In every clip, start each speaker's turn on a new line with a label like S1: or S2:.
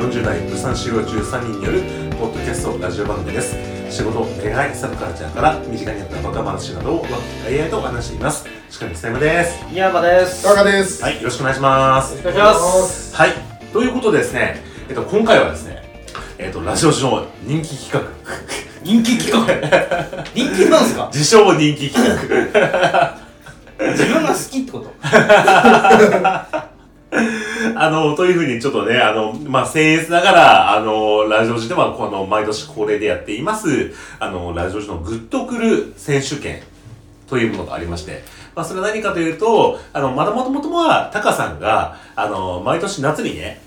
S1: 13週を13人によるポッドキャストラジオ番組です仕事恋愛サブカルチャーから身近にあったバカ話などを和気あいあいと話しています鹿見久山です
S2: 宮山です。
S3: ガガです。
S1: はいよろしくお願いします
S2: お願いします。
S1: はいということでですね、えっと、今回はですねえっと、ラジオ上人気企画
S2: 人気企画。人気なんですか
S1: 自称人気企画
S2: 自分が好きってこと
S1: あの、というふうにちょっとね、あの、まあ、僭越ながら、あの、ラジオ時では、この、毎年恒例でやっています、あの、ラジオ時のグッとくる選手権というものがありまして、まあ、それは何かというと、あの、まだもともとは、タカさんが、あの、毎年夏にね、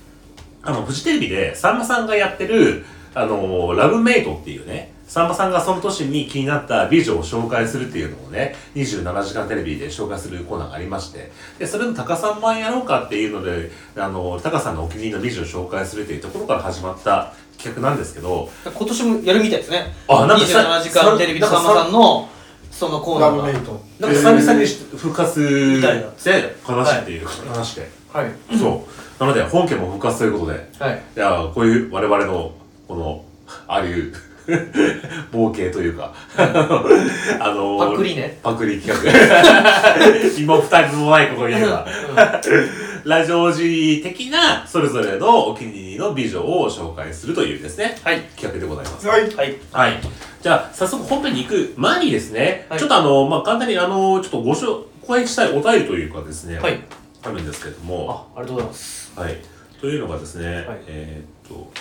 S1: あの、フジテレビで、さんまさんがやってる、あの、ラブメイトっていうね、さんまさんがその年に気になった美女を紹介するっていうのをね、27時間テレビで紹介するコーナーがありまして、で、それの高さん版やろうかっていうので、あの、高さんのお気に入りの美女を紹介するっていうところから始まった企画なんですけど、
S2: 今年もやるみたいですね。
S1: あなんかさ
S2: 27時間テレビで
S1: なんか
S2: さ
S1: さ
S2: んまさんの、そのコーナ
S3: ラ
S2: ー
S3: ブ
S2: が。
S3: メイト。
S1: なんか久々に復活
S2: みたいな
S1: で話っていう話で、
S3: はい。
S1: そう。なので、本家も復活ということで、
S3: はい。
S1: いやこういう我々のこの ありう冒険というか あの
S2: パクリね
S1: パクリ企画 今二人もない ここにいればラジオ時的なそれぞれのお気に入りの美女を紹介するというですね
S2: はい。
S1: 企画でございます
S3: はい。
S2: はい。
S1: はい。じゃあ、早速本編に行く前にですね、
S2: はい
S1: ちょっとあの、まあ、簡単にあの、ちょっとご紹介したいお便りというかですね、
S2: はい。
S1: あるんですけれど
S2: あ、
S1: も、
S2: ありがとうございます。
S1: はい、というのがですね、
S2: はい
S1: えーっと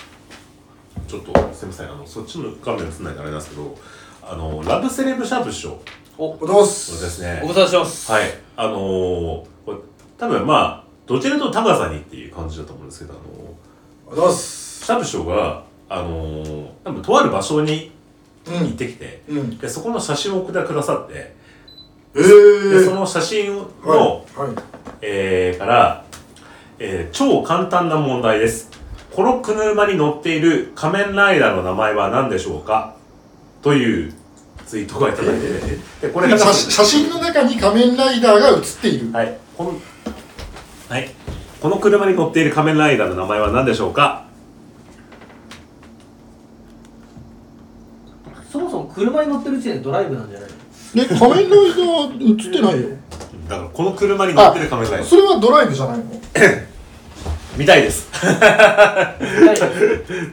S1: ちょっとすみませんあのそっちの画面映んないからあれなんですけどあのラブセレブシャープ師匠こ
S2: お、
S3: おどう
S1: れ
S3: す。
S1: ですね
S2: ご無沙汰してます。
S1: はいあのー、これ多分まあどちらかというと高さにっていう感じだと思うんですけどあの
S3: おどうす。
S1: シャープ師匠があのー、多分とある場所に
S3: う
S1: 行っ
S3: ん。
S1: てきて、
S3: うん。
S1: でそこの写真をくだくださって
S3: ええ
S1: でそ
S3: ー。
S1: の写真の、
S3: はい。はい。
S1: えー、から、えー超簡単な問題です。この車に乗っている仮面ライダーの名前は何でしょうかというツイートがいただいて、でこれが、
S3: 写写真の中に仮面ライダーが写っている。
S1: はい、この、はい、この車に乗っている仮面ライダーの名前は何でしょうか
S2: そもそも車に乗ってる時点でドライブなんじゃない
S3: ね、仮面ライダー写って ないよ。
S1: だから、この車に乗ってる仮面ライダー、
S3: それはドライブじゃないの。
S1: みたいです。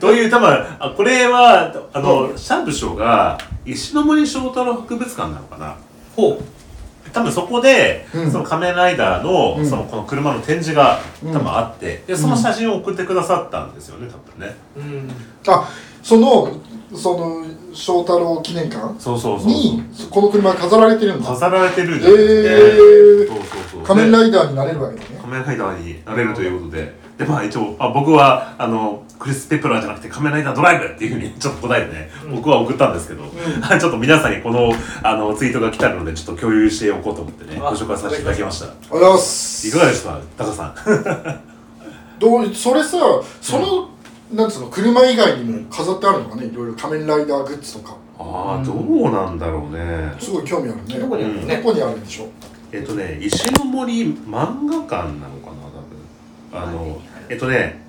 S1: という、多分、あこれは、あの、シャンプ師匠が、石ノ森章太郎博物館なのかな
S2: ほう。
S1: 多分そこで、
S3: うん
S1: その仮面ライダーの,、
S3: うん
S1: そのこの車の展示が
S3: う
S1: 多
S3: ん
S1: 分あって、でその写真を送ってくださったんですよね多分ね
S2: うん。
S3: あ、その、その翔太郎記念館
S1: そうそうそう
S3: にこの車飾られてるんだ。
S1: 飾られてるんじゃない
S3: へ
S1: です
S3: ー
S1: か、そうそうそう
S3: 仮面
S1: イ
S3: ライダーになれるわけだね。
S1: 仮面ライダーになれるということででまあ一応あ僕はあのクリス・ペプラーじゃなくて仮面ライダードライブっていうふうに ちょっと答えてね、僕は送ったんですけど、 ちょっと皆さんにこのあのツイートが来たのでちょっと共有しておこうと思ってねご
S2: あ
S1: 紹介させていただきました
S3: おはようございます。
S1: いかがでしたタカさん
S3: どうそれさその、なんつうの車以外にも飾ってあるのかねいろいろ仮面ライダーグッズとか
S1: ああどうなんだろうね
S3: すごい興味あるね
S2: どこにあるのね
S3: ど。こにあるんでしょう
S1: えっとね、石の森漫画館なのかな、多分。あの、えっとね、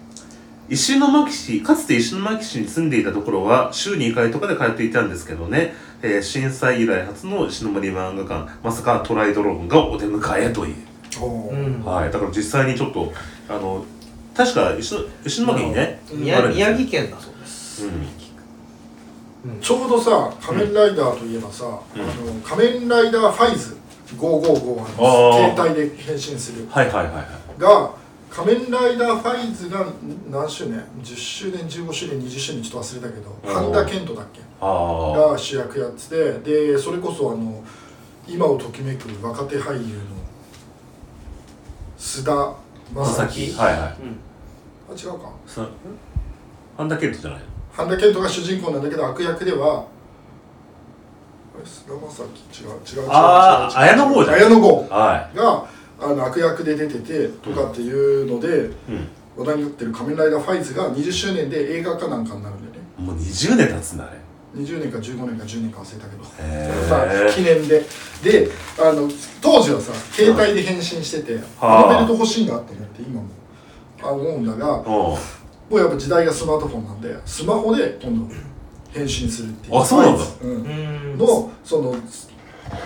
S1: 石巻市、かつて石巻市に住んでいたところは、週2回とかで通っていたんですけどね、えー震災以来初の石の森漫画館、まさかトライドローンがお出迎えという。
S3: お
S2: う
S3: ー
S2: ん。
S1: はい、だから実際にちょっと、あの、確か石の石巻にね、あ
S2: 宮
S1: るんですよ
S2: 宮城県だそうです。
S1: うん
S2: うん
S3: ちょうどさ仮面ライダーといえばさ、
S1: うん
S3: あの仮面ライダーファイズ555
S1: あー
S3: あの携帯で変身する
S1: はいはいはいはい。
S3: が仮面ライダーファイズが何周年10周年15周年20周年ちょっと忘れたけど
S1: あー
S3: 神田健人だっけ
S1: あ
S3: が主役やっててでそれこそあの今をときめく若手俳優の須田
S1: あ、佐
S3: 将
S1: 々
S3: 暉
S1: 木。はいはい。
S2: うん。
S3: あ違うか
S1: さんハンダケントじゃない
S3: 半田健人が主人公なんだけど悪役ではあれ菅田将暉違う違う違う違う違う
S1: あー綾野剛じゃん
S3: 綾野剛
S1: は
S3: があの悪役で出ててとかっていうので
S1: い。うん。
S3: 話題になってる「仮面ライダーファイズ」が20周年で映画化なんかになるんだよね
S1: もう20年経つんだね。
S3: 20年か15年か10年か忘れたけど
S1: へー
S3: さ記念でであの当時はさ携帯で返信してて
S1: あ
S3: あのベルト欲しいなって思って今もあの思うんだが
S1: うん。
S3: もうやっぱ時代がスマートフォンなんでスマホで今度返信するっていう
S1: あそうなんだ
S3: うん
S2: ん
S3: のその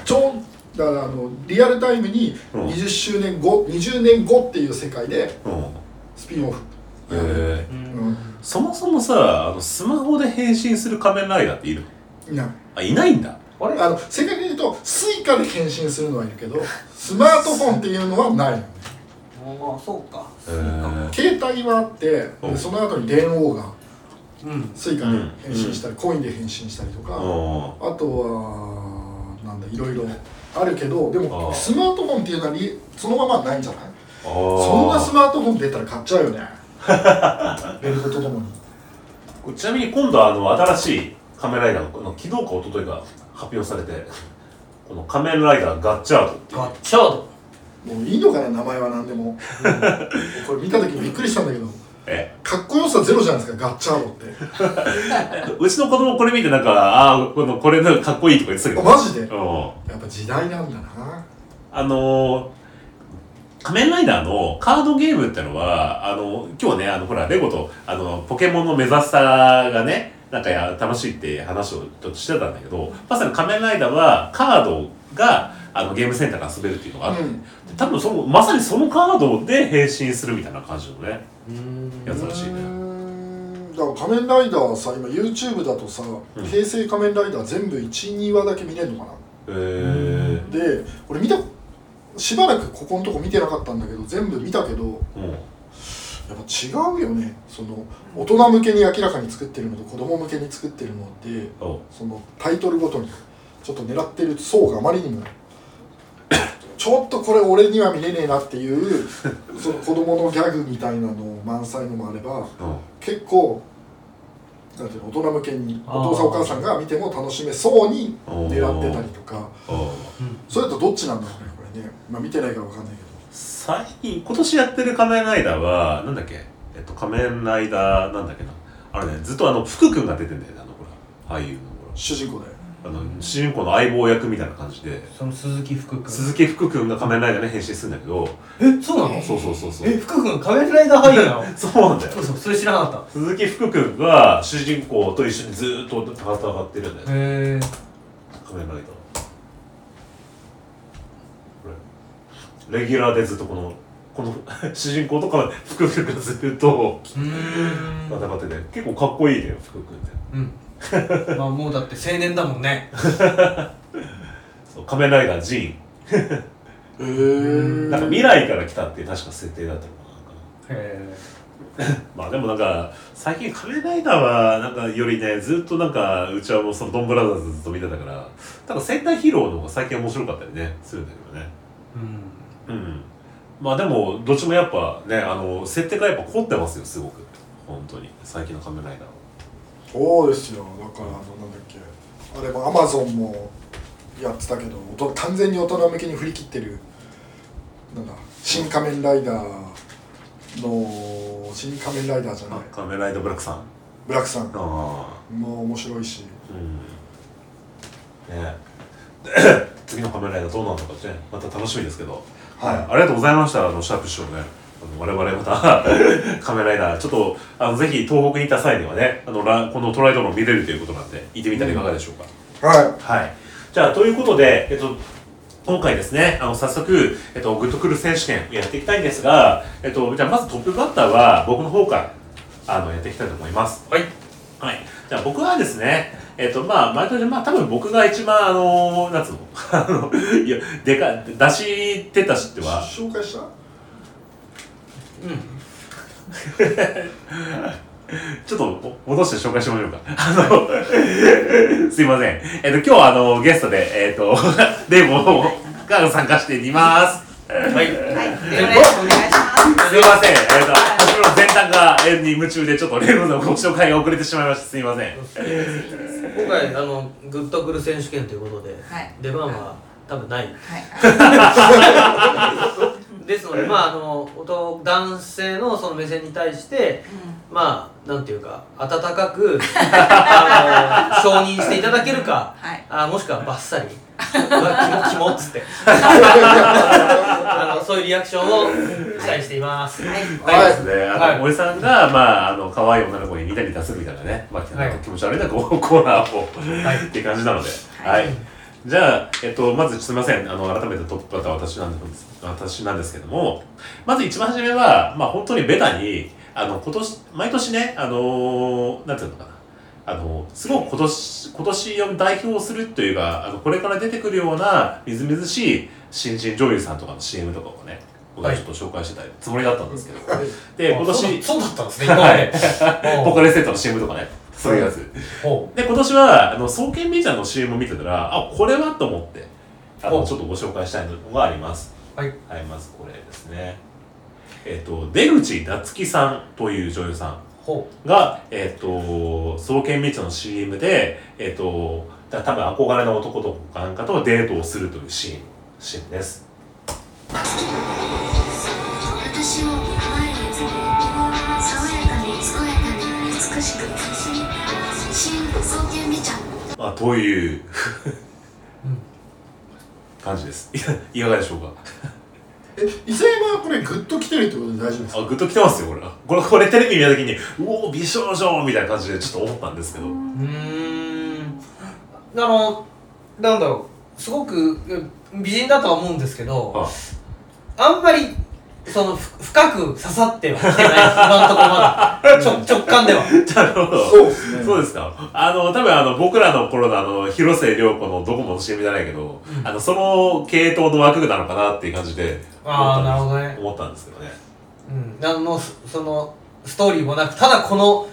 S3: ちょうだからあのリアルタイムに
S1: うん
S3: 20周年後、20年後っていう世界で
S1: うん
S3: スピンオフ、
S1: へえ
S2: う
S3: うんん、
S1: そもそもさあのスマホで変身する仮面ライダーっているの
S3: いない
S1: あいないんだ
S2: あれ
S3: あの正確に言うとスイカで検診するのはいるけどスマートフォンっていうのはないのね
S2: ああそうか
S1: へえ
S3: 携帯はあって
S1: うん
S3: でその後に電王が
S2: うん
S3: スイカで返信したり、コインで返信したりとか、
S1: うん
S3: あとはなんだいろいろあるけどで
S1: あー
S3: もスマートフォンっていうのはリそのままないんじゃない
S1: あ
S3: そんな
S1: ー
S3: スマートフォン出たら買っちゃうよ ねベルトとともに
S1: ちなみに今度あの新しい仮面ライダーのこの昨日か一昨日か 発表されてこの仮面ライダーガッチャードっていう
S2: ガッチャード
S3: もういいのかな名前は何でもこれ見た時びっくりしたんだけど
S1: え
S3: かっこよさゼロじゃないですかガッチャードって
S1: うちの子供これ見てなんかああこのこれなんかかっこいいとか言ってたけ
S3: あ
S1: ど
S3: マジで
S1: うん
S3: やっぱ時代なんだな
S1: あのー仮面ライダーのカードゲームってのは、あの今日ね、あの、ほら、レゴと、あの、ポケモンの目指したがね、なんかや楽しいって話をちょっとしてたんだけど、まさに仮面ライダーはカードが、あの、ゲームセンターから遊べるっていうのがあって、
S3: うん
S1: 多分その、まさにそのカードで変身するみたいな感じのね。
S2: うん
S1: やつらしいう
S3: ー
S1: ね。
S3: んだから仮面ライダーはさ今 YouTube だとさ、
S1: うん
S3: 平成仮面ライダー全部12話だけ見れるのかな
S1: えー、
S3: で俺見たしばらくここのとこ見てなかったんだけど全部見たけど
S1: うん。
S3: やっぱ違うよねその大人向けに明らかに作ってるのと子供向けに作ってるのって
S1: お
S3: そのタイトルごとにちょっと狙ってる層があまりにもちょっとこれ俺には見れねえなっていうその子供のギャグみたいなの満載のもあれば
S1: うん。
S3: 結構なんていうの大人向けに
S2: あー
S3: お父さんお母さんが見ても楽しめそうに
S1: お
S3: 狙ってたりとか
S1: お
S3: それとどっちなんだろうねこれね、まあ、見てないから分かんない
S1: 最近今年やってる仮面ライダーはなんだっけえっと仮面ライダーなんだっけなあれねずっとあの福君が出てんだよねあのほら俳優の
S3: けど主人公だよ
S1: ほらあの主人公の相棒役みたいな感じで
S2: その鈴木福君
S1: 鈴木福君が仮面ライダーに変身するんだけど
S2: えそうなの
S1: そうそうそうそう
S2: え福君仮面ライダー俳優なの
S1: そうなんだよ
S2: そうそうそれ知らなかっ
S1: 鈴木福君が主人公と一緒にずーっと戦ってるんだよ
S2: た
S1: ね
S2: へえ
S1: 仮面ライダーこれレギュラーでずっとこのこの 主人公とか福君がずっと
S2: うーん
S1: バタバタで結構かっこいいねよ福君って
S2: うんまあもうだって青年だもんね
S1: そう仮面ライダージー
S3: へえ
S1: ンなんか未来から来たっていう確か設定だったのかななんか
S2: へ
S1: まあでもなんか最近仮面ライダーはなんかよりねずっとなんかうちはもうそのドンブラザーズずっと見てたからただ戦隊ヒーローの方が最近面白かったりねするんだけどね
S2: うん
S1: うんまあでもどっちもやっぱねあの設定がやっぱ凝ってますよすごく本当に最近の仮面ライダーは
S3: そうですよだからあのなんだっけあれもアマゾンもやってたけど大人完全に大人向けに振り切ってるなんだ「新仮面ライダー」の「新仮面ライダー」じゃない
S1: あ仮面ライダーブラックさん
S3: ブラックさん
S1: あ
S3: も面白いし
S1: あうんね 次の仮面ライダーどうなるのかねまた楽しみですけどはい、ありがとうございました、あのシャープ師匠ね。あの我々また 仮面ライダー、ちょっとあのぜひ東北に行った際にはね、あのラこのトライドロン見れるということなんで、行ってみたらいかがでしょうか。
S3: は
S1: はい。じゃあ、ということで、えっと、今回ですね、あの、早速、えっと、グッとくる選手権やっていきたいんですが、えっと、じゃあ、まずトップバッターは、僕の方から、あの、やっていきたいと思います。
S2: はい
S1: はい。じゃあ、僕はですね、えっと、まあ、毎年、まあ、多分僕が一番、あの、なんつうの、 あの、いや、でか、出してたしって
S3: い
S1: は、
S3: 紹介した
S1: ちょっと戻して紹介してもらえましょうか。あの、すいません。えっ、と、今日はあの、ゲストで、えっ、と、 デーモが参加しています。
S2: はい
S4: はい、よろしくお願いします。
S1: すいません。えっ、と、私の前段が、えーに夢中で、ちょっとレモのご紹介が遅れてしまいました。すいません。
S2: 今回あのグッとくる選手権ということで、
S4: はい
S2: 出番は多分ない
S4: はい、
S2: ですのでまああの男男性のその目線に対して
S4: う
S2: まなんていうか温か くあの承認していただけるか、
S4: はい
S2: あもしくはバッサリ「うわキモキモ」っつってあのそういうリアクションを期待しています。
S4: はい
S1: そうですね。あの、
S2: はい
S1: 森さんが、まあ、あの、可愛い女の子に見たり出すみたいなね、まあ、
S2: はい
S1: 気持ち悪いな、こうコーナーを、
S2: はい
S1: って感じなので、は。
S4: はい
S1: じゃあ、えっと、まずすみません。あの、改めてトップバッターは私なんです、私なんですけども、まず一番初めは、まあ、本当にベタに、あの、今年、毎年ね、あのーなんていうのかな。あの、すごく今年、今年を代表するというか、あの、これから出てくるような、みずみずしい新人女優さんとかの CM とかをね、僕はちょっと紹介してたつもりだったんですけど、で、今年、
S2: そうだそうだったんです ね今まで。おう
S1: ポカレセットの CM とかね、そういうやつ。
S2: おう
S1: で、今年は、あの、創建ビジャーの CM を見てたら、あ、これはと思って、あの、
S2: お
S1: ちょっとご紹介したいのがあります。
S2: はい
S1: はい、まずこれですね。えっと、出口夏樹さんという女優さん
S2: ほ
S1: が、えっと、創建ビジャーの CM で、えっと、だ多分憧れの男とかなんかとデートをするというシーン、シーンです。
S5: 私を前に連れて爽やかに健やかに美しく新創建美ちゃん
S1: まあ、という、
S2: うん
S1: 感じです。いかいかがでしょうか
S3: え伊勢山はこれグッと来てるってことで大丈夫ですか
S1: あ、グッときてますよ、これ。これ、これテレビ見たときに、うおー、美少女みたいな感じでちょっと思ったんですけど。
S2: う。うーん。あのなんだろうすごくえ美人だとは思うんですけど。
S1: あ
S2: あんまりそのふ深く刺さってはきてない今のところまだちょ直感では
S1: なるほど。
S3: そうですね
S1: そうですか。あの、多分あの、僕らの頃のあの、広末涼子のドコモの CM じゃないけど、
S2: うん
S1: あの、その系統の枠なのかなっていう感じで、
S2: あーなるほどね
S1: 思ったんですけどね。
S2: うん何のそそのストーリーもなくただこの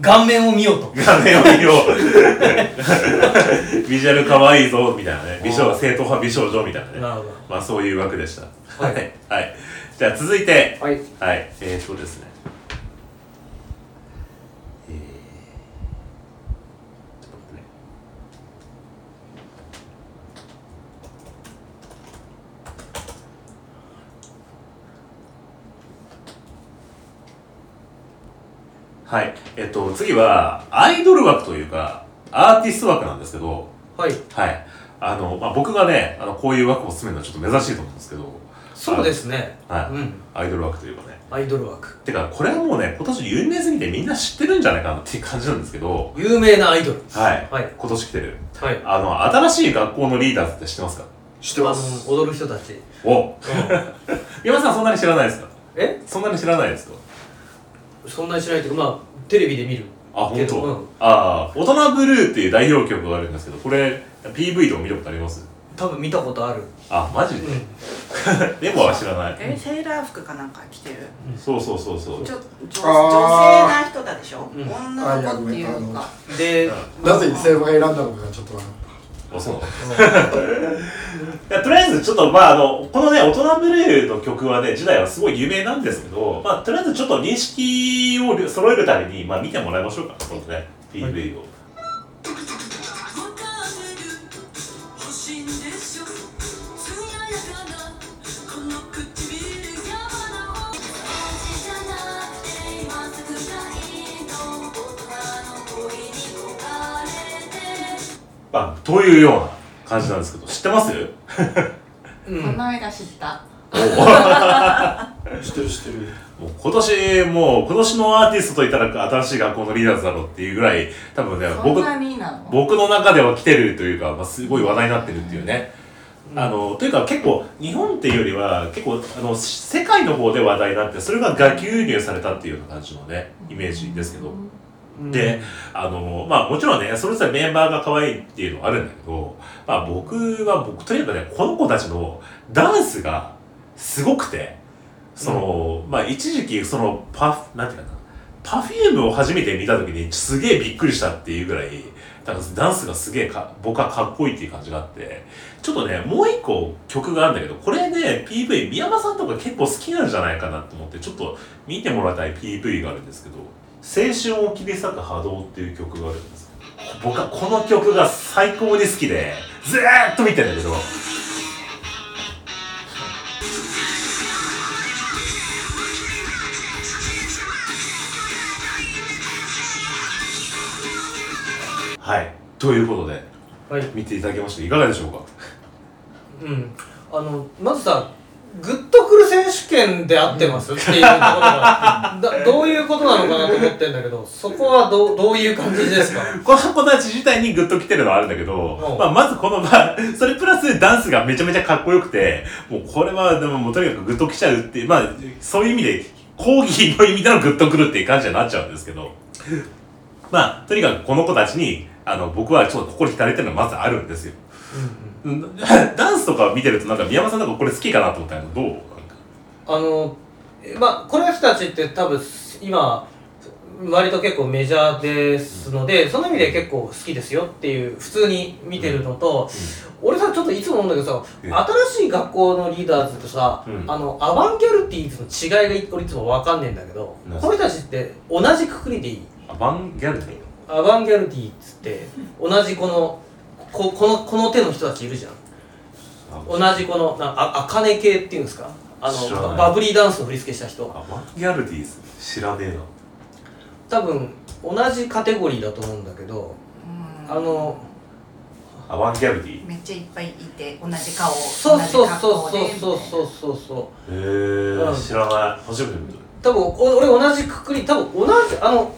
S2: 顔面を見ようと
S1: 画面を見よう。 ビジュアル可愛いぞ、みたいなね。美少正統派美少女みたいなね。
S2: なるほど
S1: まあ、そういう枠でした。
S2: はい
S1: はい。はい。じゃあ、続いて、
S2: はい
S1: はい、えー、そうですね。えー、ちょっと待ってね。はい、えっと、次は、アイドル枠というか、アーティスト枠なんですけど、
S2: はい
S1: はい。あの、まあ、僕がね、あの、こういう枠を進めるのはちょっと珍しいと思うんですけど、
S2: そうですね
S1: はい
S2: うん
S1: アイドル枠というかね、
S2: アイドル枠
S1: てかこれはもうね今年有名すぎてみんな知ってるんじゃないかなっていう 感じなんですけど
S2: 有名なアイドル
S1: はい
S2: はい
S1: 今年来てる
S2: はい
S1: あの新しい学校のリーダーズって知ってますか
S3: 知って
S2: あの
S3: ます
S2: 踊る人たち
S1: お山さんそんなに知らないですか
S2: え
S1: そんなに知らないですか
S2: そんなにしないけどまあテレビで見る
S1: あ本
S2: け
S1: 当、
S2: どうん
S1: ああ大人ブルーっていう代表曲があるんですけどこれ PV とか見たことあります
S2: 多分見たことある
S1: あマジ
S2: う
S1: で、
S2: ん
S1: でもは知らない
S4: えセーラー服かなんか着てる
S1: そうそうそうそう
S4: ちょ女女性
S3: あ
S4: な人だでしょ、
S2: うん
S4: 女の子っていうの
S3: あ
S4: か
S2: で
S3: なぜ伊勢山が選んだのかがちょっと分かった
S1: あそうなの いやとりあえずちょっとまああのこのね「大人ブルー」の曲はね時代はすごい有名なんですけど、まあ、とりあえずちょっと認識を揃えるために、まあ、見てもらいましょうかこのね PV を、まあ、というような感じなんですけど知ってます
S2: うん
S4: この間知った
S3: 知ってる知ってる
S1: もう今年もう今年のアーティストといたら新しい学校のリーダーズだろうっていうぐらい多分ね
S4: そん
S1: 僕
S4: なになの
S1: 僕の中では来てるというか、まあ、すごい話題になってるっていうね、あのというか結構日本っていうよりは結構あの世界の方で話題になってそれがが流入されたっていうような感じのねイメージですけど、
S2: うん
S1: であのまあもちろんねそれぞれメンバーが可愛いっていうのはあるんだけど、まあ、僕は僕とにかくねこの子たちのダンスがすごくてその、まあ一時期そのパフなんていうかなパフュームを初めて見た時にすげえびっくりしたっていうぐらいだからダンスがすげえか僕はかっこいいっていう感じがあってちょっとねもう一個曲があるんだけどこれね PV 宮山さんとか結構好きなんじゃないかなと思ってちょっと見てもらいたい PV があるんですけど「青春を切り裂く波動」っていう曲があるんです僕はこの曲が最高に好きでずーっと見てんだけどはい。ということで、
S2: はい
S1: 見ていただきましたいかがでしょうか
S2: うんあのまずさグッとくる選手権で合って ますっていうところがだどういうことなのかなと思ってんだけどそこはどうどういう感じですか
S1: この子たち自体にグッと来てるのはあるんだけ
S2: う
S1: ど
S2: ん、
S1: まあ、まずこの、まあ、 それプラスダンスがめちゃめちゃかっこよくて、もうこれはでももうとにかくグッと来ちゃうっていう、まあ、そういう意味で、講義の意味でのグッとくるっていう感じになっちゃうんですけど、まあ、とにかくこの子たちに、あの、僕はちょっと心惹かれてるのがまずあるんですよ。 うんダンスとか見てるとなんか宮本さんなんかこれ好きかなと思ったけど、どうなんか
S2: あのえまあこの人たちって多分今割と結構メジャーですので、その意味で結構好きですよっていう普通に見てるのと、俺さちょっといつも思うんだけどさ、
S1: うん
S2: 新しい学校のリーダーズとさ、
S1: うん
S2: あのアバンギャルティーズの違いが俺いつも分かんねえんだけど、
S1: なぜ
S2: この人たちって同じくくりでいい
S1: アバンギャルディ
S2: アバンギャルディーズって同じこのここのこの手の人たちいるじゃん同じこのなああかね系っていうんですかあ
S1: 知らな
S2: の
S1: い
S2: バブリーダンスの振り付けした人
S1: アバンギャルディーズ知らねえな。
S2: 多分同じカテゴリーだと思うんだけど
S4: うん
S2: あの
S1: アバンギャルディ
S4: めっちゃいっぱいいて同じ顔
S2: そうそうそうそう
S4: 同じ格好で
S2: そうそうそうそう
S1: へー、
S2: うん
S1: 知らない。初めて見た。
S2: 多分お俺同じくくり多分同じあの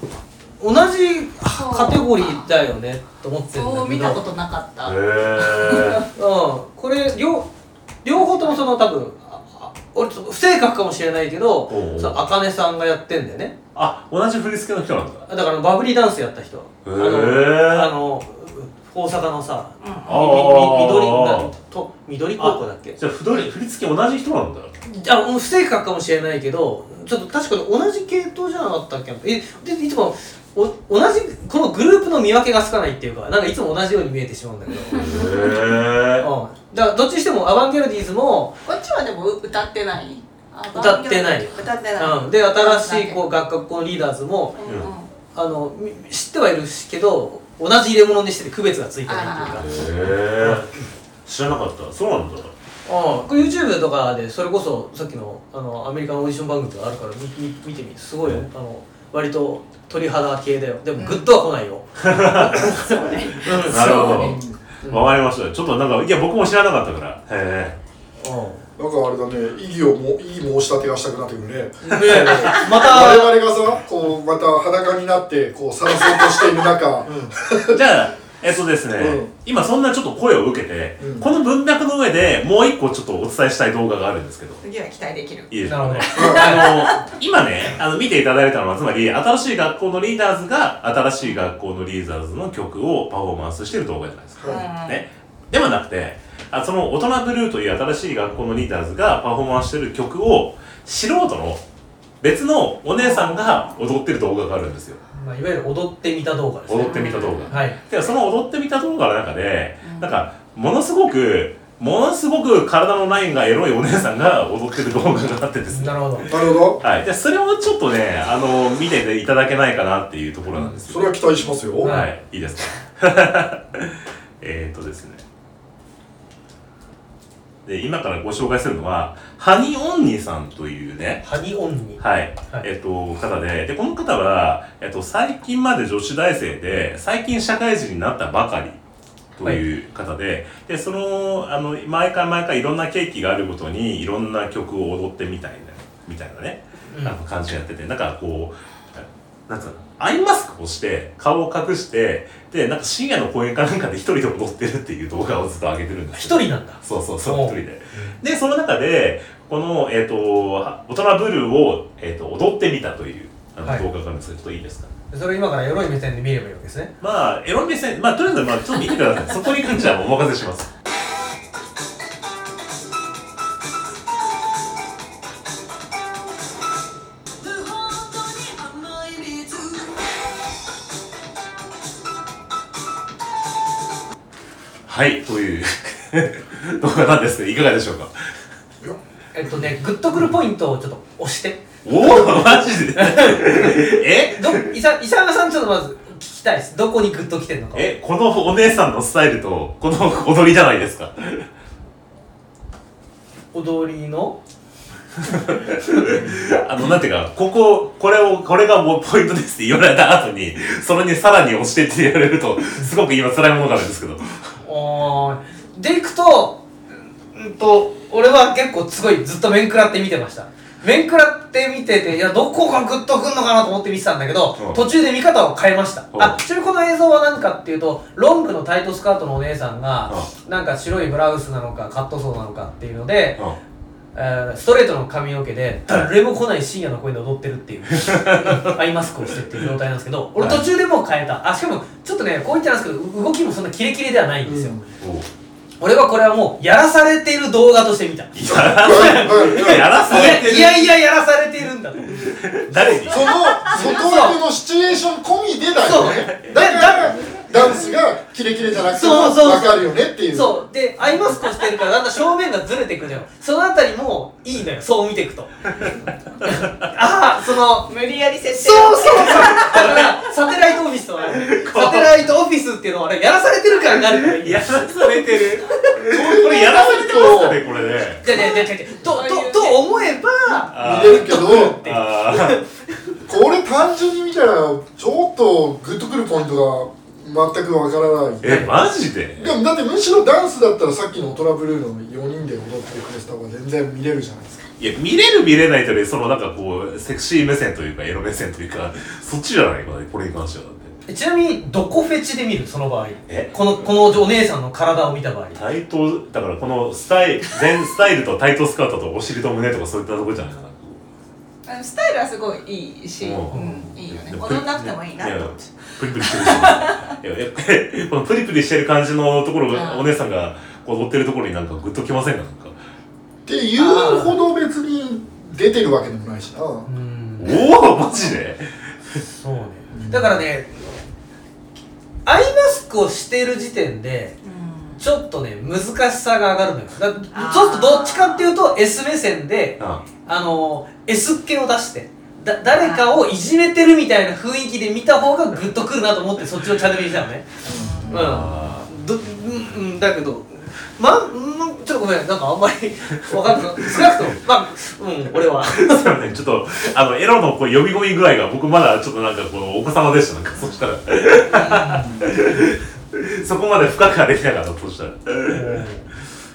S2: 同じ
S4: そう
S2: カテゴリーだよねと思ってるんだけど
S4: そう見たことなかった、
S1: へ
S2: うん、これ両両方ともその多分ああ俺ちょっと不正確かもしれないけど
S1: おうおう
S2: そのあかねさんがやってんだよね
S1: あ、同じ振り付けの人なんだ。
S2: だからあのバブリーダンスやった人あ
S1: へー
S2: のあの大阪のさ
S4: うん
S2: みみ
S1: あー
S2: 緑なと緑高校だっけ
S1: じゃあ、ふどり振り付け同じ人なんだ。
S2: あもう不正確かもしれないけどちょっと確かに同じ系統じゃなかったっけなえでいつもお同じこのグループの見分けがつかないっていうかなんかいつも同じように見えてしまうんだけど、う
S1: へー
S2: ん、だからどっちにしてもアバンギャルディーズも
S4: こっちはでも歌ってない
S2: 歌ってない
S4: 歌ってない、
S2: うん、で新しいこう学校のリーダーズも
S4: うん
S2: あ
S4: うん
S2: のみ知ってはいるしけど同じ入れ物にしてて区別がついてないっていうか
S1: へ
S4: あ
S1: ー知らなかった。そうなんだ。
S2: うん、これ YouTube とかでそれこそさっきのあのアメリカのオーディション番組とかあるから見見見てみすごいよ、
S1: うん
S2: あの割と鳥肌系だよでも
S4: うん
S2: グッとは来ないよ、
S4: そうね
S2: うん
S1: なるほ
S2: そう
S1: ど。わかりました。ちょっとなんか、いや、僕も知らなかったから。へ
S3: なんかあれだね、意義をもいい申し立てがしたくなってくるね。
S2: うん、ねま
S3: 我
S2: た
S3: 々がさ、こうまた裸になってこうさらそうとしている中、
S1: ーじゃあ、えっとですね、
S3: うん
S1: 今そんなちょっと声を受けて、
S3: うん
S1: この文脈の上でもう一個ちょっとお伝えしたい動画があるんですけど、
S4: 次は期待できる
S1: いいですかね
S2: なる。
S1: あの、今ね、あの、見ていただいたのは、つまり、新しい学校のリーダーズが、新しい学校のリーダーズの曲をパフォーマンスしてる動画じゃないですか。
S4: うん
S1: ね。ではなくて、あその、大人ブルーという新しい学校のリーダーズがパフォーマンスしてる曲を、素人の別のお姉さんが踊ってる動画があるんですよ。
S2: まあ、いわゆる踊ってみた動画です
S1: 踊
S2: ね
S1: ってみた動画。
S2: はい
S1: でその踊ってみた動画の中で、
S4: うん
S1: なんかものすごくものすごく体のラインがエロいお姉さんが踊ってる動画があってですね
S2: なるほど
S3: なるほど。
S1: はい、でそれをちょっとねあの見ていただけないかなっていうところなんです
S3: そ
S1: け
S3: れ
S1: ど
S3: は期待しますよ。
S2: は
S1: はいいいですか えーっとですねで今からご紹介するのはハニオンニさんというね
S2: ハニオンに
S1: はい、
S2: はい
S1: えっと方ででこの方は、えっと、最近まで女子大生で最近社会人になったばかりという方で、でそのあの毎回毎回いろんなケーキがあるごとにいろんな曲を踊ってみたいなみたいなね、
S2: うん
S1: あの感じでやっててなんかこうなんつうのアイマスクをして顔を隠してでなんか深夜の公園かなんかで一人で踊ってるっていう動画をずっと上げてるんですよ
S2: 一人なんだ
S1: そうそうそう、
S2: おう
S1: 一人で。で、その中で、この、えっ、と、大人ブルーを、えっ、と、踊ってみたという、あの、
S2: はい
S1: 動画があるんですけど、ちょっといいですか
S2: それを今からエロい目線で見ればいいわけですね
S1: まあ、エロ目線、まあ、とりあえず、まあ、ちょっと見てください。そこに関してはお任せします。はい、という 動画なんですけど、いかがでしょうか
S2: えっとねグッとくるポイントをちょっと押して
S1: おおマジでえ
S2: ど伊沢伊沢さんちょっとまず聞きたいですどこにグッときてんのか
S1: え、このお姉さんのスタイルと、この踊りじゃないですか。
S2: 踊りの
S1: あの、なんていうか、ここ、これを、これがもうポイントですって言われた後に、それにさらに押してって言われると、すごく今辛いものがあるんですけど。
S2: おーいでいくとうんと俺は結構すごいずっと面食らって見てました面食らって見てていやどこがグッとくんのかなと思って見てたんだけど、
S1: うん
S2: 途中で見方を変えました、
S1: うん
S2: あちなみにこの映像は何かっていうとロングのタイトスカートのお姉さんが、なんか白いブラウスなのかカットソーなのかっていうので、
S1: う
S2: えーストレートの髪の毛で誰も来ない深夜の声で踊って るっていうアイマスクをしてっていう状態なんですけど俺
S1: はい
S2: 途中でもう変えたあしかもちょっとねこう言っちゃなんですけど動きもそんなキレキレではないんですよ、
S1: ん。おう
S2: 俺はこれはもうやらされている動画として見たい
S1: やらやらされ
S2: や
S1: てる
S2: いやいややらされているんだと
S1: 誰に
S3: その外役のシチュエーション込みでだよねだからダンスがキレキレじゃなくて
S2: そ
S3: も
S2: うそうそう
S3: 分かるよねっていう
S2: そうでアイマスクしてるからだんだん正面がずれていくのよそのあたりもいいのよそう見ていく とああその
S4: 無理やり設定
S2: そうそうそうだからサテライトオフィスとはサテライトオフィスっていうのはあれやらされてる感があるからいい
S1: やらされてる。
S3: こ
S1: これやらされてますかね、これね。
S2: じゃじゃじゃじゃととと思えば
S1: あ
S3: 見れるけど
S1: ーあ
S3: これ単純に見たらちょっとグッとくるポイントが全くわからな
S1: ー。
S3: い
S1: え、マジで
S3: でもだってむしろダンスだったらさっきの「トラブルー」の4人で踊ってくれてた方が全然見れるじゃないですか
S1: いや、見れる見れないというより、そのなんかこう、セクシー目線というか、エロ目線というか、そっちじゃないかな、これに関してはだって。
S2: ちなみにどこフェチで見るその場合
S1: え
S2: このこのお姉さんの体を見た場合
S1: タイト、だからこのスタイル、全スタイルとタイトスカートとお尻と胸とかそういったとこじゃないかな。
S4: あのスタイルはすごいいいし、
S1: う
S4: うんん、いいよね踊んなくてもいいなと
S1: や
S4: 思って
S1: プリプリしてるしいややっぱりこのプリプリしてる感じのところが
S4: うん
S1: お姉さんがこう踊ってるところになんかグッときませんかなんか
S3: っていうほど別に出てるわけでもないしな
S2: うん
S1: おおマジで
S2: そうねだからねアイマスクをしてる時点で
S4: うん
S2: ちょっとね難しさが上がるのよだち
S4: あー
S2: ょっとどっちかっていうと S 目線で
S1: あ
S2: あのー S っ気を出してだ誰かをいじめてるみたいな雰囲気で見た方がグッとくるなと思ってそっちをチャンネルにしたのね
S1: あ
S2: うんどうんうんだけどまあ、うん、ちょっとごめんなんかあんまり分かんない少なくともまあうん俺は
S1: すいませんちょっとあのエロのこう呼び込み具合が僕まだちょっとなんかこうお子様でしたなんかそしたら そこまで深くはできなかったそしたら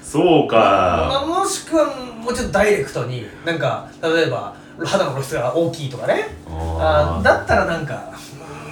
S1: そう
S2: まあ、
S1: か
S2: もしくはもうちょっとダイレクトになんか例えば肌の露出が大きいとかねあーだったらなんか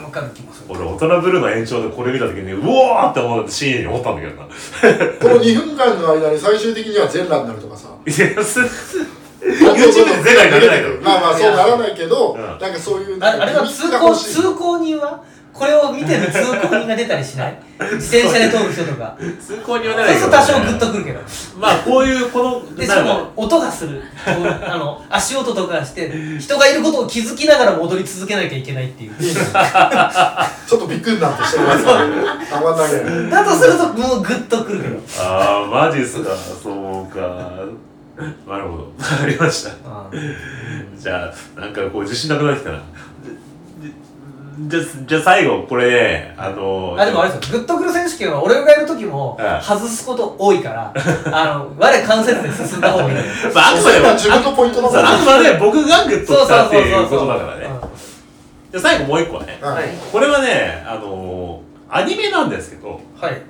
S2: 分かる気もする
S1: 俺大人ブルーの延長でこれ見た時にうおーって思って深夜に思ったんだけどな
S3: この2分間の間に最終的には全裸になるとかさ
S1: いやす YouTube で全裸になれないだろ
S3: まあまあそうならないけど、
S1: うん
S3: なんかそういう
S2: ああれは通行通
S3: 行
S2: 行人はこれを見てる通行人が出たりし ない自転車で通る人とかそ
S1: 通
S2: う
S1: 行には
S2: すると多少グッとくるけど
S1: まあこういうこの
S2: でし
S1: な
S2: か
S1: んか
S2: も音がするこうあ の足音とかして人がいることを気づきながら戻り続けなきゃいけないっていう
S3: ちょっとびっくりなんてしてますたまんないけど
S2: だとするともうグッとくるけど
S1: ああマジっすかそうかなるほどわかりました
S2: あ
S1: じゃあなんかこう自信なくなってきたなじゃじゃじゃあ最後これねあの
S2: あでもあれですよ、グッとくる選手権は俺がいる時も
S1: ええ
S2: 外すこと多いから、あの、我関節で進んだ方がいい。
S1: まああくまでも
S3: 自分のポイントだもん
S1: あくまで僕がグッと
S2: そうそう
S1: きた
S2: そ
S1: っ
S2: う
S1: ていうこ
S2: そう。
S1: とだからねじゃあ最後もう一個ね
S2: うんはい。
S1: これはねあのアニメなんですけど
S2: はい。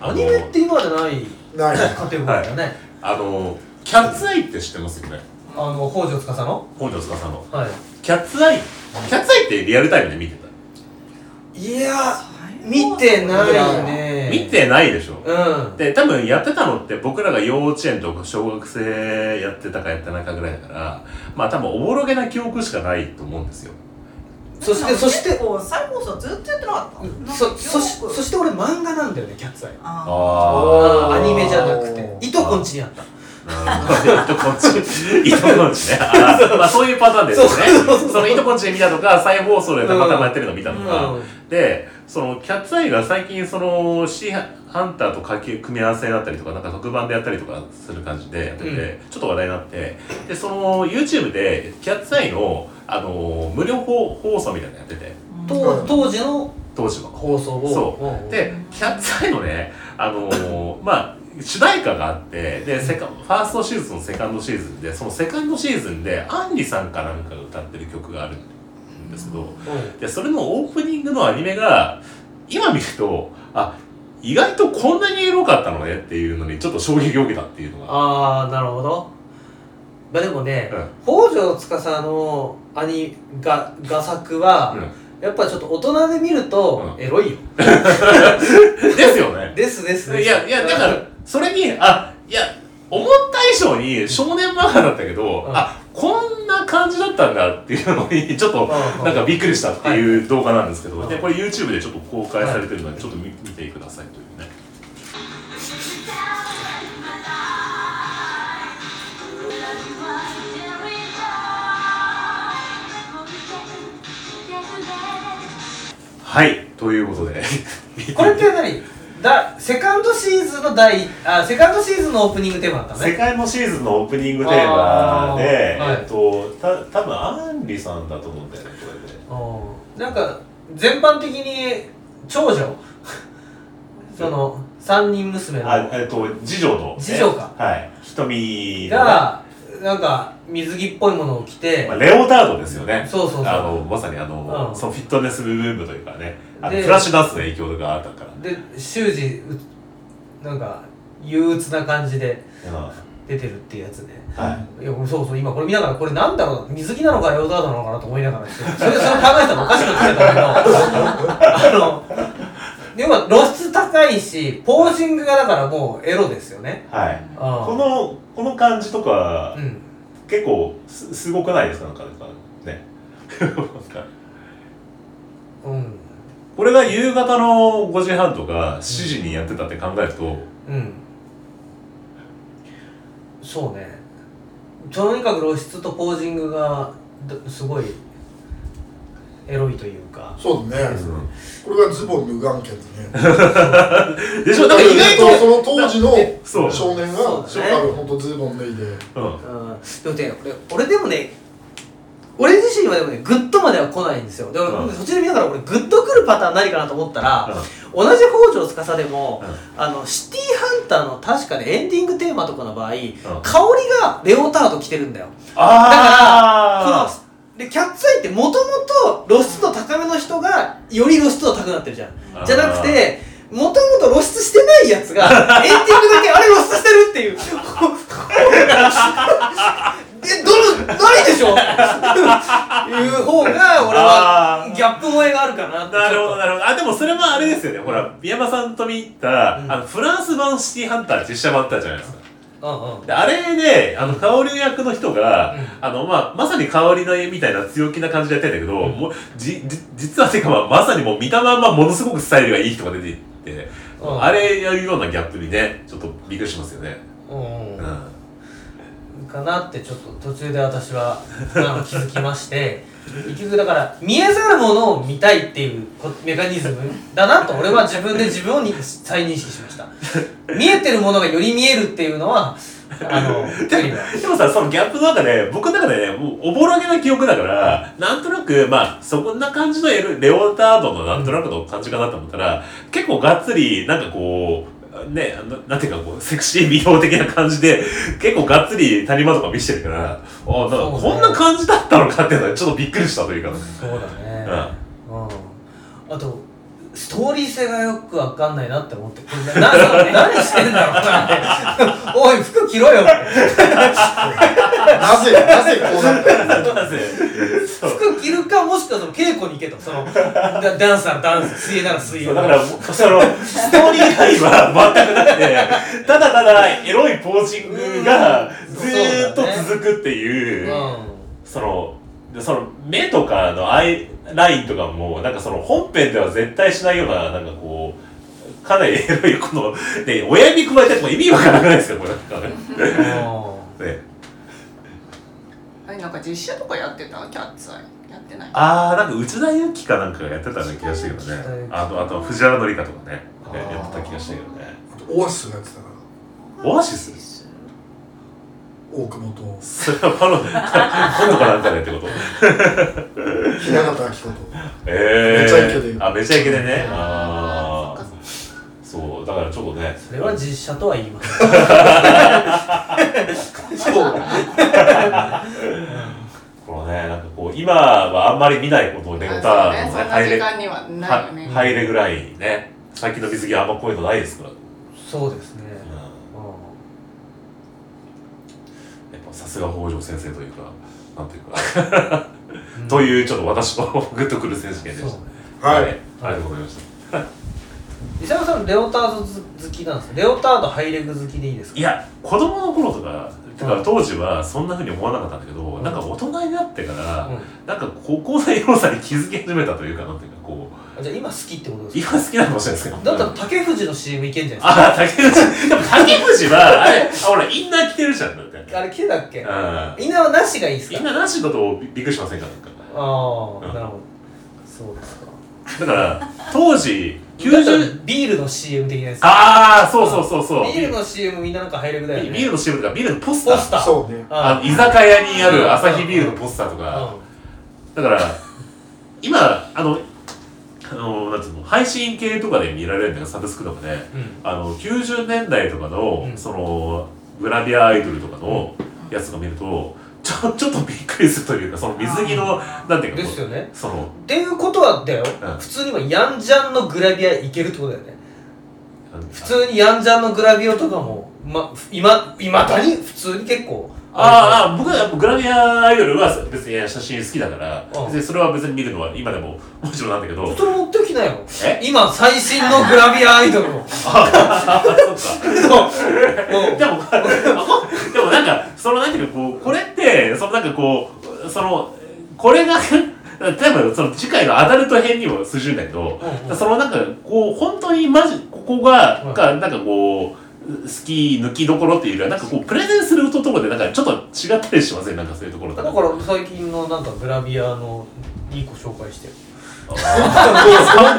S1: あの
S2: アニメって今までない
S3: ない
S2: カテゴリーだよね。
S1: あのキャッツアイって知ってますよね
S2: あの、北条司の
S1: 本庄司さんの
S2: は
S1: キャッツアイキャッツアイってリアルタイムで見てた
S2: い。いや、見てないね。
S1: 見てないでしょ
S2: うん。
S1: で多分やってたのって僕らが幼稚園とか小学生やってたかやってないかぐらいだからまあ多分おぼろげな記憶しかないと思うんですよ
S2: そして、そして、
S4: こう再放送ずっとやってなかったなんか
S2: そ、そし、
S4: よく
S2: そして俺漫画なんだよね、キャッツアイ。
S4: あ
S1: あ
S2: アニメじゃなくて。いとこんちにあった。
S1: いとこんちいとこんちねあーまあそういうパターンですよねそのいとこんちで見たとか再放送でたまたまやってるの見たとか、
S2: うん
S1: でそのキャッツアイが最近そのシーハンターとかけ組み合わせだったりとかなんか特番でやったりとかする感じでやってて、
S2: う
S1: ちょっと話題になってでその YouTube でキャッツアイの、あのー無料放放送みたいなのやってて
S4: ーと
S2: と当時の
S1: 当時は。
S2: 放送を。
S1: そ
S2: うん
S1: でキャッツアイのねあのーまあ主題歌があってでセカファーストシーズンとセカンドシーズンでそのセカンドシーズンでアンリさんかなんかが歌ってる曲があるんですけど、でそれのオープニングのアニメが今見るとあ意外とこんなにエロかったのねっていうのにちょっと衝撃を受けたっていうのが
S2: ああなるほどまあでもね、
S1: うん
S2: 北条司の兄が画作は、やっぱちょっと大人で見ると
S1: うん
S2: エロいよ、
S1: うんですよね
S2: ですですです
S1: いやいやだからそれにあいや思った以上に少年漫画だったけど、
S2: うん
S1: あこんな感じだったんだっていうのにちょっと
S2: うん
S1: なんかびっくりしたっていう動画なんですけど、
S2: はい
S1: でこれ YouTube でちょっと公開されてるのでちょっと見,、見てくださいというねはいということで
S2: これって何だセカンドシーズンの第あセカンドシーズンのオープニングテーマだったの
S1: 世
S2: ね
S1: 界のシーズンのオープニングテーマで、
S2: あーはい
S1: えっとた多分アンリさんだと思うんだよねこれで。
S2: うんなんか全般的に長女その3人娘の
S1: あえっと次女の、
S2: 次女か
S1: はい瞳のね
S2: がなんか水着っぽいものを着て、
S1: まあ、レオタードですよね
S2: そうそうそう
S1: あのまさにあの、
S2: うん
S1: そのフィットネスムーブというかねあの
S2: で
S1: フラッシュダンスの影響があったから、ね
S2: で修二うなんか憂鬱な感じで
S1: うんは
S2: 出てるっていうやつね
S1: い
S2: いや俺そうそう今これ見ながらこれなんだろうな水着なのかレオタードなのかなと思いながらそれそれ考えたらおかしくなってたんだけどあのでも露出高いしポージングがだからもうエロですよね
S1: はい
S2: あ
S1: このこの感じとか、
S2: うん
S1: 結構すすごくないですかなんかなんかね なんか
S2: うん
S1: これが夕方の5時半とか7時にやってたって考えると、
S2: うんそうねとにかく露出とポージングがどすごいエロいというか
S3: そうだね、これがズボン脱がんけんね
S1: でしょだから意外と、
S3: その当時の
S1: そう
S3: 少年
S2: そう
S3: が
S2: だ
S3: そ
S2: ね
S3: う多分本当ズボン脱いで
S1: うん
S2: うんでもね俺俺でもね俺自身はでもねグッとまでは来ないんですよでも、
S1: うん
S2: 途中で見ながら俺グッと来るパターン何かなと思ったら、同じ北条司でも、あのシティーハンターの確かねエンディングテーマとかの場合、香りがレオタード着てるんだよこの
S1: ああ
S2: でキャッツアイってもともと露出度高めの人がより露出度高くなってるじゃん
S1: あー
S2: じゃなくてもともと露出してないやつが エンディングだけあれ露出してるっていうえどのないでしょいう方が俺
S1: あ
S2: は
S1: ー
S2: ギャップ萌えがあるかなって
S1: なるほど
S2: ちょっ
S1: なるほどあでもそれはあれですよねほら宮山さんと見た、
S2: うん
S1: あのフランス版シティハンター実写版あったじゃないですか
S2: とうんうん
S1: であれであの香り役の人が、あのまあ、まさに香りの絵みたいな強気な感じでやってんだけど、もうじじ実はてか、まあ、まさにもう見たまんまものすごくスタイルがいい人が出ていって、
S2: うん
S1: あれやるようなギャップにねちょっとびっくりしますよね、
S2: うん
S1: うんは
S2: かなってちょっと途中で私はあの気づきまして結局だから見えざるものを見たいっていうこメカニズムだなと俺は自分で自分をに再認識しました見えてるものがより見えるっていうのはあの無理だ
S1: でもさそのギャップの中で僕の中でねもうおぼろげな記憶だからなんとなくまあそんな感じのエルレオタードのなんとなくの感じかなと思ったら結構がっつりなんかこうねななんていうかこうセクシー美容的な感じで結構がっつり谷間とか見してるからあなんか
S2: そうね
S1: こんな感じだったのかっていうのはちょっとびっくりしたというか ね
S2: そうだねうんあとストーリー性がよくわかんないなって思ってこれなな何してんだろうなっておい服着ろよ
S3: なぜなぜこうなったの
S1: そうなんですよそう
S2: 服着るかもしくはその稽古に行けとそのダダンスならダンス水泳なら水泳
S1: そうだから、もうその、ストーリーラインは全くなくて、ただただ、エロいポージングが、ずーっと続くっていう、
S2: う
S1: その、でその、目とかのアイラインとかも、なんかその、本編では絶対しないような、なんかこう、かなりエロい、この、ね、親指加えても意味わからないですよ、これなんかね。
S2: ん
S1: ね
S4: あれなんか実写とかやってたキャッツアイやってない
S1: あー、なんか内田有紀かなんかがやってたような気がしたけど
S2: 内田有
S1: ね。
S2: 紀
S1: あと、あと、藤原紀香とかね、
S2: あー
S1: やってた気がしたけどね。
S3: あとオアシスがやってたから
S1: オアシス
S4: ス
S3: 大久保と
S1: それはパロ、今度かなんかでってこと
S3: 雛形明子と
S1: えー、
S3: めちゃイケで
S1: あめちゃイケでね
S4: あー
S1: あーそうよだからちょっとね
S2: それは実写とは言います
S1: そうこのねなんかこう今はあんまり見ないことをね
S4: あ
S1: 歌の
S4: そうね、
S1: ね
S4: そんな
S1: 入
S4: 時
S1: れ
S4: 間にはないよね。
S1: は入れぐらいね最近の水着はあんまこういうのないですから、う
S2: そうですね、
S1: ん、や
S2: う
S1: っぱさすが北条先生というかなんていうか
S2: ん
S1: というちょっと私のグッとくる選手権で
S2: そう
S1: した、
S3: はい、
S1: ありがとうございました
S2: 伊沢さんレオタード好きなんですかレオタードハイレグ好きでいいですか
S1: いや子供の頃とかて
S2: う
S1: か
S2: ん
S1: 当時はそんなふうに思わなかったんだけど、
S2: ん
S1: なんか大人になってから、
S2: うん
S1: なんか高校生要さに気づき始めたというかなんていうかこう
S2: あじゃあ今好きってことです
S1: 今
S2: か
S1: 好きなのかもしれないですけど
S2: だったら竹藤の CM いけんじゃないで
S1: ああ、竹内。でも竹内は、あれ、あほら、インナー着てるじゃん、だって。う
S2: すかあれ来てたっけ
S1: ん。
S2: 稲はなしがいいです
S1: イ
S2: か
S1: ンナーなしだとびっくりしませんか、なんか。
S2: ああ、
S1: うん
S2: なるほどそうですか
S1: だから、当時、
S2: だった
S1: 90、
S2: らビールの CM 的なやつ
S1: ああ、そうそうそうそう。
S2: ビールの CM みんななんかハイレグだよ
S1: ビ
S2: ね
S1: ビールの CM とか、ビールのポスタ
S2: ポ
S1: ー。
S2: スター
S3: そ うね
S1: あの
S2: う
S1: 居酒屋にあるアサヒビールのポスターとか。
S2: ん
S1: だから、今、あの、あの、なんつうの、配信系とかで見られるんだけど、サブスクとかで、
S2: うん
S1: あの90年代とかの、
S2: うん
S1: そのグラビアアイドルとかのやつが見るとちょ ちょっとびっくりするというかその水着のなんていうか
S2: ですよね
S1: その
S2: っていうことはだよ、
S1: うん
S2: 普通にはヤンジャンのグラビアいけるってことだよね
S1: なん
S2: 普通にヤンジャンのグラビオとかも、ま、今いまだに普通に結構
S1: あああ僕はやっぱグラビアアイドルは別に写真好きだから
S2: うん
S1: 別にそれは別に見るのは今でももちろんなんだけど
S2: それ持ってきなよ
S1: え
S2: 今最新のグラビアアイドルの
S1: あそっか
S2: もう
S1: でもでもなんかそのなんていうかこうこれってそのなんかこうそのこれが例えばその次回のアダルト編にも通じるんだけど、
S2: うんうん
S1: そのなんかこう本当にマジここが、
S2: うん
S1: がなんかこう好き抜きどころっていうよりはなんかこうプレゼンするところでなんかちょっと違ったりしませんなんかそういうところと
S2: だから最近のなんかグラビアのいい子紹介してよ
S1: パッ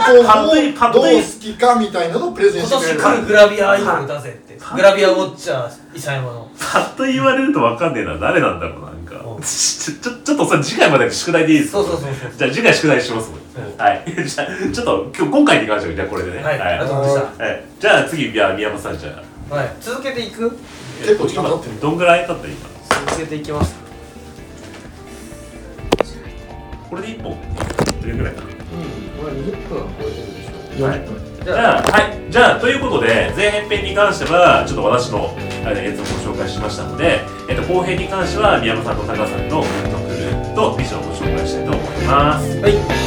S1: とい
S3: 参
S1: パ
S3: 考
S1: ッ
S3: の
S1: と
S3: ど
S1: いう
S3: 好きかみたいなのをプレゼン
S2: 今
S3: してくれ
S2: 年
S3: る
S2: 来るグラビアアイドルだぜって
S1: はい
S2: グラビアウォッチャー伊佐山の
S1: パッと言われるとわかんねえな誰なんだろうななんか
S2: う
S1: ちょ
S2: ん
S1: ちょちょっとそれ次回までの宿題でいいですか
S2: そうそうそうそう
S1: じゃあ次回宿題します
S2: ん
S1: はい じゃあちょっと今日今回に関してはじゃあこれでね
S2: はいありがとうございまし
S1: はいじゃあ次いや宮本さんじゃあ
S2: た、はい、続けていく
S3: 結構時間経ってる
S1: 今どんぐらい経った今
S2: 続けていきます
S1: これで一本どれぐらいかな
S6: これ20分は超えてるでしょ
S1: はい
S2: じ
S1: じ
S2: ゃあ
S1: ゃあはいじゃあということで前編編に関してはちょっと私のあれ演奏をご紹介しましたので、えっと、後編に関しては宮本さんと高橋さんのグッドクルーとミッションをご紹介したいと思います
S2: はい